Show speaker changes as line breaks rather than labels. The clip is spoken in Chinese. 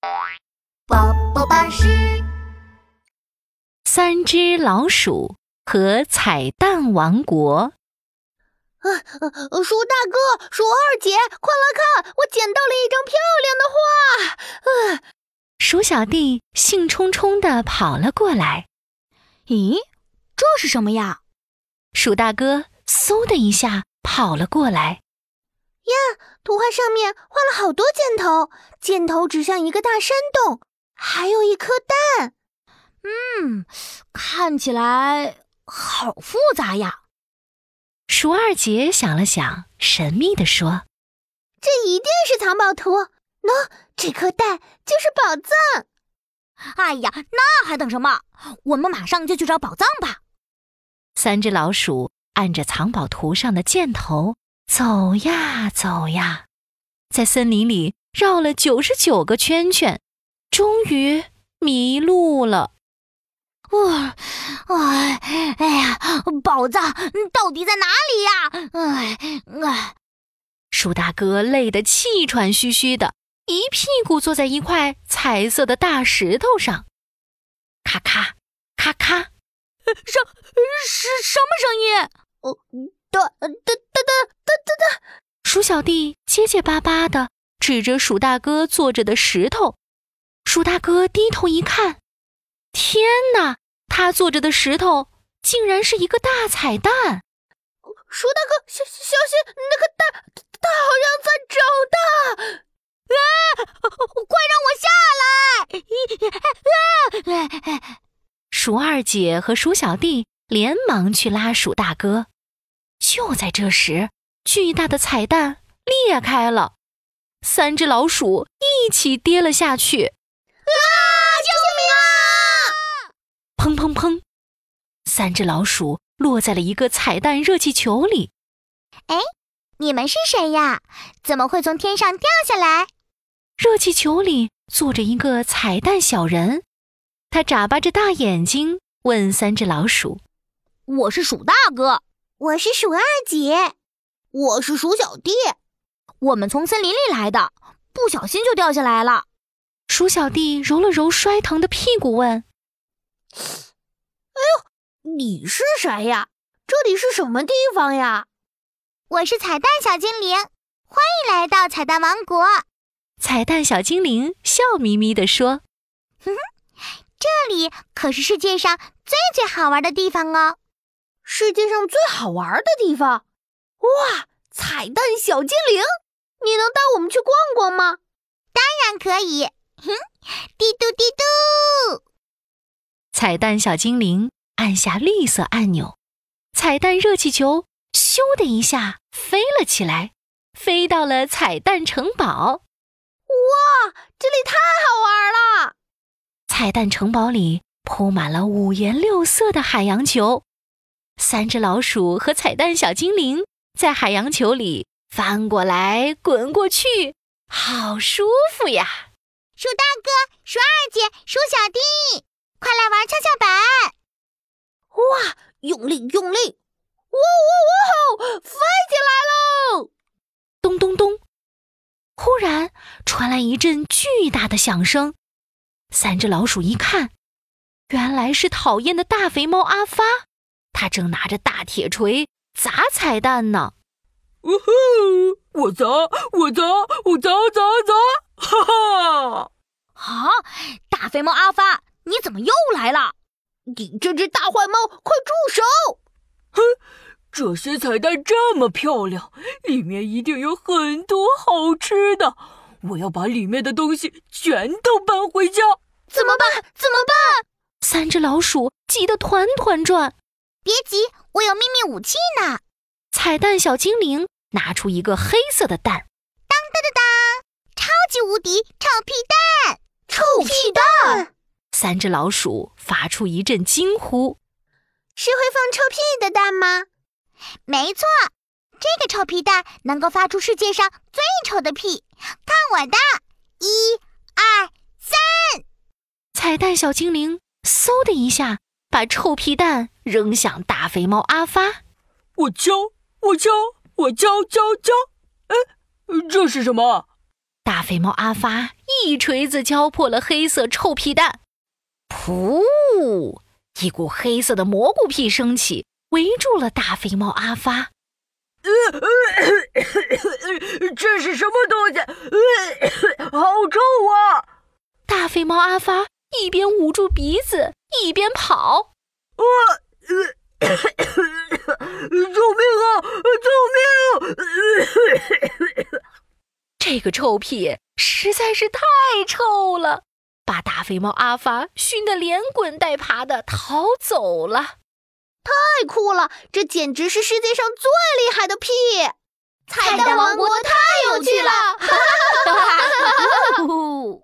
哎
三只老鼠和彩蛋王国。
啊啊！鼠大哥，鼠二姐，快来看，我捡到了一张漂亮的画！啊，
鼠小弟兴冲冲地跑了过来。
咦，这是什么呀？
鼠大哥嗖的一下跑了过来。
呀，图画上面画了好多箭头，箭头指向一个大山洞，还有一颗蛋。
嗯，看起来好复杂呀。
鼠二姐想了想，神秘地说：“
这一定是藏宝图，喏、no,，这颗蛋就是宝藏。”
哎呀，那还等什么？我们马上就去找宝藏吧！
三只老鼠按着藏宝图上的箭头走呀走呀，在森林里绕了九十九个圈圈，终于迷路了。
哇！哎，哎呀，宝藏到底在哪里呀？哎哎，
鼠大哥累得气喘吁吁的，一屁股坐在一块彩色的大石头上。咔咔咔咔，
什是什么声音？
哦，哒哒哒哒哒哒哒！
鼠小弟结结巴巴的指着鼠大哥坐着的石头。鼠大哥低头一看，天哪！他坐着的石头竟然是一个大彩蛋，
鼠大哥，小小心那个蛋，它好像在长大！
啊，快让我下来！啊！
鼠二姐和鼠小弟连忙去拉鼠大哥。就在这时，巨大的彩蛋裂开了，三只老鼠一起跌了下去。砰砰砰！三只老鼠落在了一个彩蛋热气球里。
哎，你们是谁呀？怎么会从天上掉下来？
热气球里坐着一个彩蛋小人，他眨巴着大眼睛问三只老鼠：“
我是鼠大哥，
我是鼠二姐，我是鼠小弟。
我们从森林里来的，不小心就掉下来了。”
鼠小弟揉了揉摔疼的屁股，问。
哎呦，你是谁呀？这里是什么地方呀？
我是彩蛋小精灵，欢迎来到彩蛋王国。
彩蛋小精灵笑眯眯地说：“
哼哼，这里可是世界上最最好玩的地方哦！
世界上最好玩的地方，哇！彩蛋小精灵，你能带我们去逛逛吗？
当然可以。哼，嘀嘟嘀嘟。”
彩蛋小精灵按下绿色按钮，彩蛋热气球咻的一下飞了起来，飞到了彩蛋城堡。
哇，这里太好玩了！
彩蛋城堡里铺满了五颜六色的海洋球，三只老鼠和彩蛋小精灵在海洋球里翻过来滚过去，好舒服呀！
鼠大哥、鼠二姐、鼠小弟。快来玩跷跷板！
哇，用力用力！哇哇哇！飞起来喽！
咚咚咚！忽然传来一阵巨大的响声，三只老鼠一看，原来是讨厌的大肥猫阿发，它正拿着大铁锤砸彩蛋呢。
呜呼！我砸！我砸！我砸砸砸！哈
哈！啊！大肥猫阿发！你怎么又来了？
你这只大坏猫，快住手！
哼，这些彩蛋这么漂亮，里面一定有很多好吃的，我要把里面的东西全都搬回家。
怎么办？怎么办？
三只老鼠急得团团转。
别急，我有秘密武器呢。
彩蛋小精灵拿出一个黑色的蛋，
当当当当，超级无敌臭屁蛋！
臭屁蛋！
三只老鼠发出一阵惊呼：“
是会放臭屁的蛋吗？”“
没错，这个臭屁蛋能够发出世界上最臭的屁。看我的，一、二、三！”
彩蛋小精灵嗖的一下把臭屁蛋扔向大肥猫阿发。
“我敲，我敲，我敲敲敲！哎，这是什么？”
大肥猫阿发一锤子敲破了黑色臭屁蛋。噗！一股黑色的蘑菇屁升起，围住了大肥猫阿发。
这是什么东西？好臭啊！
大肥猫阿发一边捂住鼻子，一边跑。
我、呃、救命啊！救命、
啊！这个臭屁实在是太臭了，把大肥猫阿发熏得连滚带爬的逃走了。
太酷了！这简直是世界上最厉害的屁！
彩蛋王国太有趣了！哈哈哈哈哈！